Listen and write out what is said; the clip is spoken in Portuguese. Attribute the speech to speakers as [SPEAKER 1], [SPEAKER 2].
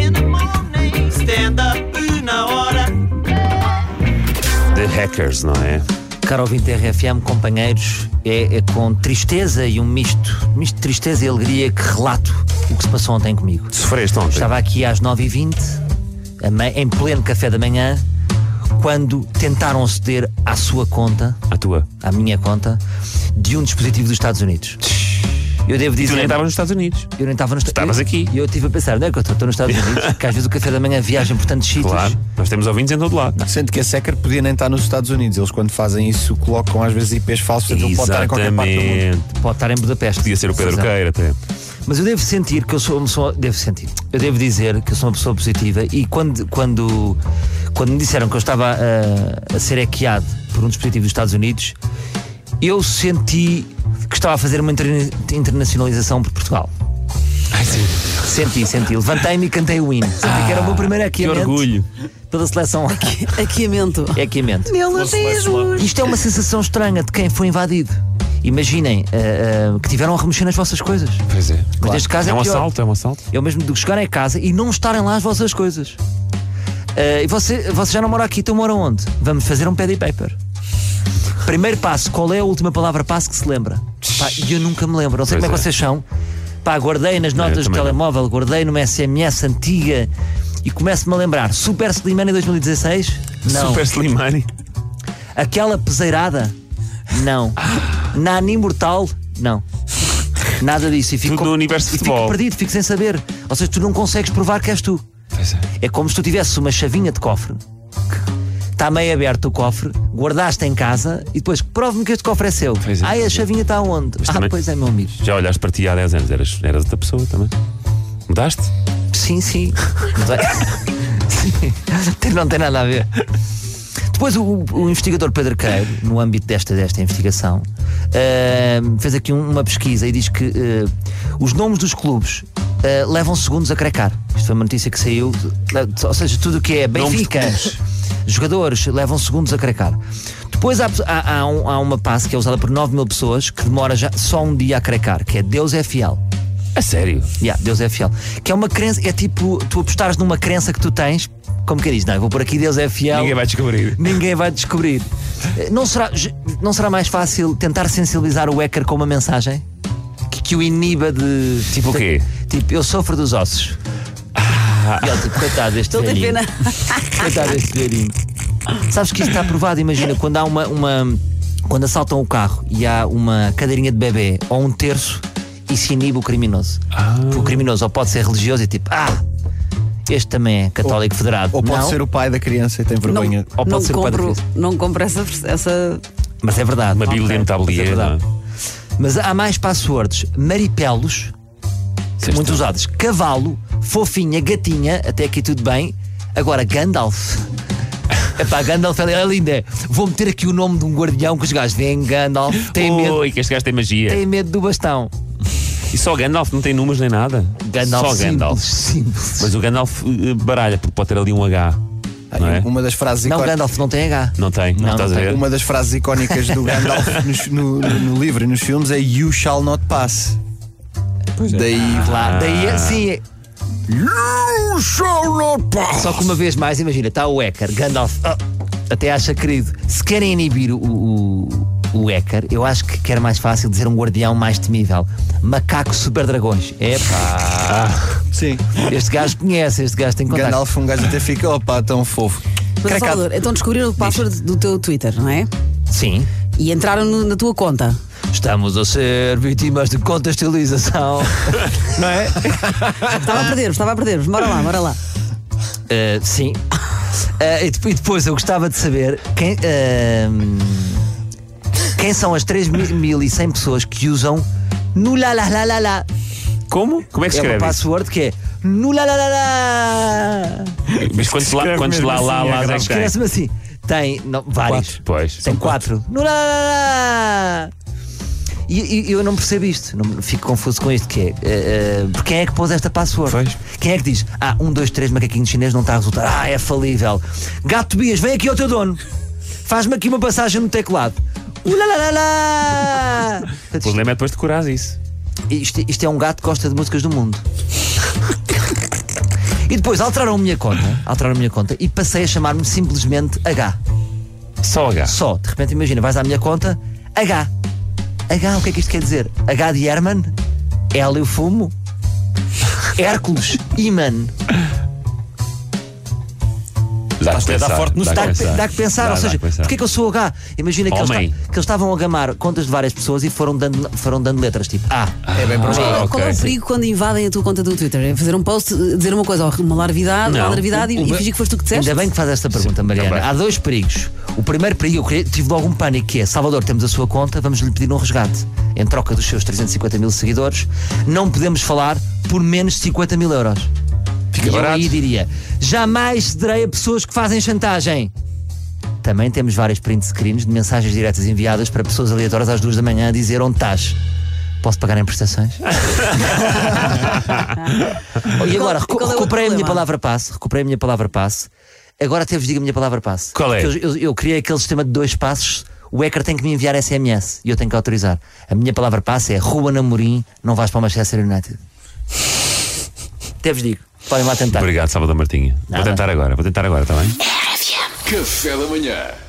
[SPEAKER 1] in the morning. Stand up na hora.
[SPEAKER 2] The Hackers, não é?
[SPEAKER 3] Caro ouvinte RFM, companheiros, é, é com tristeza e um misto, misto de tristeza e alegria que relato o que se passou ontem comigo.
[SPEAKER 2] Sofreste ontem.
[SPEAKER 3] Estava aqui às 9h20, a me- em pleno café da manhã, quando tentaram ceder à sua conta,
[SPEAKER 2] A tua.
[SPEAKER 3] à minha conta, de um dispositivo dos Estados Unidos. Eu devo
[SPEAKER 2] Tu
[SPEAKER 3] dizer.
[SPEAKER 2] nem estavas nos Estados Unidos.
[SPEAKER 3] Eu nem estava nos
[SPEAKER 2] Estavas
[SPEAKER 3] eu-
[SPEAKER 2] aqui.
[SPEAKER 3] E eu estive a pensar, não é que eu estou Estou nos Estados Unidos, que às vezes o café da manhã viaja por tantos sítios.
[SPEAKER 2] Claro. Nós temos ouvintes em todo lado.
[SPEAKER 4] Sendo que a Secker podia nem estar nos Estados Unidos. Eles, quando fazem isso, colocam às vezes IPs falsos, portanto, ele pode estar em qualquer parte do mundo.
[SPEAKER 2] Exatamente.
[SPEAKER 3] Pode estar em Budapeste.
[SPEAKER 2] Podia ser o Pedro
[SPEAKER 3] Exato.
[SPEAKER 2] Queira até.
[SPEAKER 3] Mas eu devo sentir que eu sou uma pessoa. Devo sentir. Eu devo dizer que eu sou uma pessoa positiva e quando, quando, quando me disseram que eu estava ah, a, ser hackeado por um dispositivo dos Estados Unidos, eu senti que estava a fazer uma interna- internacionalização por Portugal. Senti, senti. Levantei-me e cantei o hino. Senti que era o meu primeiro hackeamento.
[SPEAKER 2] orgulho.
[SPEAKER 3] Pela seleção hacke-
[SPEAKER 5] Aqueamento.
[SPEAKER 3] hackeamento.
[SPEAKER 5] Neologismos.
[SPEAKER 3] Isto é uma sensação estranha de quem foi invadido. Imaginem ah, ah, que tiveram a remexer nas vossas coisas.
[SPEAKER 2] Pois é.
[SPEAKER 3] Mas neste caso é,
[SPEAKER 2] É um
[SPEAKER 3] pior.
[SPEAKER 2] assalto, é um assalto.
[SPEAKER 3] É o mesmo do que chegarem a casa e não estarem lá as vossas coisas. Ah, e você, você já não mora aqui, então mora onde? Vamos fazer um pad e paper. Primeiro passo, qual é a última palavra passo que se lembra? Pá, e eu nunca me lembro, não sei
[SPEAKER 2] Pois
[SPEAKER 3] como é
[SPEAKER 2] é.
[SPEAKER 3] que vocês são. Pá, guardei nas
[SPEAKER 2] eu
[SPEAKER 3] notas do
[SPEAKER 2] também não.
[SPEAKER 3] telemóvel, guardei numa SMS antiga e começo-me a lembrar. Super Slimane 2016? Não.
[SPEAKER 2] Super Slimani.
[SPEAKER 3] Aquela peseirada? Não. Nani Mortal? Não. Nada disso. E fico,
[SPEAKER 2] Tudo no universo de
[SPEAKER 3] e
[SPEAKER 2] futebol.
[SPEAKER 3] fico perdido, fico sem saber. Ou seja, tu não consegues provar que és tu.
[SPEAKER 2] Pois é.
[SPEAKER 3] É como se tu tivesses uma chavinha de cofre. Está meio aberto o cofre, guardaste em casa e depois prove-me que este cofre é seu.
[SPEAKER 2] Pois é,
[SPEAKER 3] ah,
[SPEAKER 2] pois é.
[SPEAKER 3] a chavinha está onde? ah,
[SPEAKER 2] também-
[SPEAKER 3] pois é, meu amigo.
[SPEAKER 2] Já olhaste para ti há 10 anos, eras, eras outra pessoa também. Mudaste?
[SPEAKER 3] Sim, sim. Mas é- Sim. Tem- Não tem nada a ver. Depois o, o investigador Pedro Queiro, no âmbito desta, desta investigação, ahm, fez aqui um- uma pesquisa e diz que eh, os nomes dos clubes eh, levam segundos a cracar. Isto foi uma notícia que saiu. Ou seja, tudo o que é
[SPEAKER 2] Nomes de
[SPEAKER 3] Benfica, jogadores, levam segundos a cracar. Depois há, há- há um- há uma passe que é usada por 9 mil pessoas que demora já só um dia a cracar, que é Deus é fiel.
[SPEAKER 2] A sério?
[SPEAKER 3] Yeah, Deus é fiel. Que é uma crença, é tipo tu apostares numa crença que tu tens, como que diz, não, eu vou por aqui, Deus é fiel.
[SPEAKER 2] Ninguém vai descobrir.
[SPEAKER 3] Ninguém vai descobrir. Eh, Não será, j- não será mais fácil tentar sensibilizar o hacker com uma mensagem? Que, que o iniba de.
[SPEAKER 2] Tipo o quê?
[SPEAKER 3] Tipo, eu sofro dos ossos. E ele, tipo, coitado deste
[SPEAKER 5] Ele tem
[SPEAKER 3] velhinho.
[SPEAKER 5] pena.
[SPEAKER 3] Coitado deste velhinho. Sabes que isto está aprovado, imagina, quando há uma, uma- Quando assaltam o carro e há uma cadeirinha de bebê ou um terço, isso inibe o criminoso. Porque o criminoso ou pode ser religioso e tipo, ah, este também é católico federado.
[SPEAKER 4] Ou pode
[SPEAKER 3] Não,
[SPEAKER 4] ser o pai da criança e tem
[SPEAKER 5] Não,
[SPEAKER 4] vergonha.
[SPEAKER 3] Ou pode
[SPEAKER 5] não
[SPEAKER 3] ser o pai da
[SPEAKER 5] compro,
[SPEAKER 3] criança.
[SPEAKER 5] não compro essa, essa.
[SPEAKER 3] Mas é verdade.
[SPEAKER 2] Uma bíblia no
[SPEAKER 3] Mas é
[SPEAKER 2] tabuleiro.
[SPEAKER 3] verdade. Mas há mais passwords. Maripelos,
[SPEAKER 2] Sexta.
[SPEAKER 3] muito usados. Cavalo, fofinha, gatinha, até aqui tudo bem. Agora, Gandalf. Epá, Gandalf ela é linda. Vou meter aqui o nome de um guardião que os gajos vêm Gandalf. Tem medo,
[SPEAKER 2] Ui, que este gajo tem magia.
[SPEAKER 3] tem medo do bastão.
[SPEAKER 2] E só Gandalf não tem números nem nada.
[SPEAKER 3] Gandalf,
[SPEAKER 2] só Gandalf.
[SPEAKER 3] Simples, simples.
[SPEAKER 2] Mas o Gandalf eh, baralha, porque pode ter ali um H. Não é?
[SPEAKER 4] Uma das frases
[SPEAKER 3] Não,
[SPEAKER 4] icónicas.
[SPEAKER 3] Gandalf não tem H.
[SPEAKER 2] Não tem, não,
[SPEAKER 3] Não,
[SPEAKER 2] estás
[SPEAKER 3] não
[SPEAKER 2] a
[SPEAKER 3] tem.
[SPEAKER 2] ver?
[SPEAKER 4] Uma das frases icónicas do Gandalf nos- no, no- no livro e nos filmes é You shall not pass.
[SPEAKER 3] é.
[SPEAKER 4] Daí.
[SPEAKER 3] Claro. Daí, é- sim, é-
[SPEAKER 4] You shall not pass!
[SPEAKER 3] Só que uma vez mais, imagina, está o hacker, Gandalf, ah, até acha querido. Se querem inibir o, o, o hacker, eu acho que era mais fácil dizer um guardião mais temível. Macaco super dragões. É
[SPEAKER 4] Sim.
[SPEAKER 3] este gajo conhece, este gajo tem contato.
[SPEAKER 4] Gandalf, um gajo até fica, opa, tão fofo.
[SPEAKER 5] Mas,
[SPEAKER 4] Cracado.
[SPEAKER 5] Salvador, então descobriram o password do teu Twitter, não é?
[SPEAKER 3] Sim.
[SPEAKER 5] E entraram no- na tua conta.
[SPEAKER 3] Estamos a ser vítimas de contextualização.
[SPEAKER 4] Não é?
[SPEAKER 5] Estava a perder, estava a perder. Bora lá, bora lá.
[SPEAKER 3] Ah, sim. Ah, e, dep- e depois eu gostava de saber quem, ah, quem são as 3.100 pessoas que usam no lá lá lá lá lá.
[SPEAKER 2] Como? Como é que se
[SPEAKER 3] É uma
[SPEAKER 2] escreve? isso?
[SPEAKER 3] password que é no lá lá lá lá. assim,
[SPEAKER 2] Mas quantos lá, quantos lá, lá, lá, é que tem?
[SPEAKER 3] Escreve-se assim. Tem, não, vários.
[SPEAKER 2] Quatro. Pois.
[SPEAKER 3] Tem quatro. Nurá! E, e eu não percebo isto, não, fico confuso com isto, que é, eh, eh, quem é que pôs esta password?
[SPEAKER 2] Pois.
[SPEAKER 3] Quem é que diz, ah, um, dois, três, macaquinho chinês não está a resultar, ah, é falível. Gato Bias, vem aqui ao teu dono, faz-me aqui uma passagem no teclado. Ulalalala!
[SPEAKER 2] O problema é depois decorar isso.
[SPEAKER 3] Isto, isto é um gato que gosta de músicas do mundo. E depois alteraram a minha conta, alteraram a minha conta e passei a chamar-me simplesmente H.
[SPEAKER 2] Só H.
[SPEAKER 3] Só, de repente imagina, vais à minha conta, H. H, o que é que isto quer dizer? H de Herman, L eu fumo, Hércules, Iman.
[SPEAKER 2] Dá que
[SPEAKER 4] é dar
[SPEAKER 2] pensar,
[SPEAKER 4] forte no
[SPEAKER 2] dá que
[SPEAKER 3] Dá que,
[SPEAKER 2] pensar.
[SPEAKER 3] dá que pensar,
[SPEAKER 2] Dá-
[SPEAKER 3] ou
[SPEAKER 2] dá
[SPEAKER 3] seja,
[SPEAKER 2] que pensar.
[SPEAKER 3] porque é que eu sou H? Imagina que eles,
[SPEAKER 2] Homem.
[SPEAKER 3] ta- que eles estavam a gamar contas de várias pessoas e foram dando, foram dando letras, tipo A.
[SPEAKER 4] É bem provável.
[SPEAKER 2] Ah,
[SPEAKER 5] Qual é o
[SPEAKER 2] ok.
[SPEAKER 5] perigo quando invadem a tua conta do Twitter? É fazer um post, eh, dizer uma coisa, ou uma larvidade,
[SPEAKER 2] Não.
[SPEAKER 5] uma larvidade e,
[SPEAKER 2] O- o-
[SPEAKER 5] e fingir que foste tu que disseste?
[SPEAKER 3] Ainda bem que faz esta pergunta, Mariana.
[SPEAKER 2] também.
[SPEAKER 3] Há dois perigos. O primeiro perigo, eu criei- tive logo um pânico, que é Salvador, temos a sua conta, vamos lhe pedir um resgate. Em troca dos seus 350 mil seguidores, não podemos falar por menos de 50 mil euros.
[SPEAKER 2] Fica
[SPEAKER 3] e eu
[SPEAKER 2] barato.
[SPEAKER 3] aí diria: jamais cederei a pessoas que fazem chantagem. Também temos vários print screens de mensagens diretas enviadas para pessoas aleatórias às duas da manhã a dizer onde estás. Posso pagar em prestações? Oh, e
[SPEAKER 5] qual-
[SPEAKER 3] agora,
[SPEAKER 5] e qual é
[SPEAKER 3] recuperei
[SPEAKER 5] o
[SPEAKER 3] a minha
[SPEAKER 5] problema?
[SPEAKER 3] palavra passe, recuperei a minha palavra passe. Agora até vos digo a minha palavra passe.
[SPEAKER 2] Qual é?
[SPEAKER 3] Porque Eu, eu- eu criei aquele sistema de dois passos, o hacker tem que me enviar SMS e eu tenho que autorizar. A minha palavra passe é Rua Namorim, não vais para o Manchester United. até vos digo, podem lá tentar.
[SPEAKER 2] Obrigado, Salvador Martinha. Vou tá
[SPEAKER 3] Nada.
[SPEAKER 2] tentar agora, vou tentar agora, está bem?
[SPEAKER 6] Café da manhã.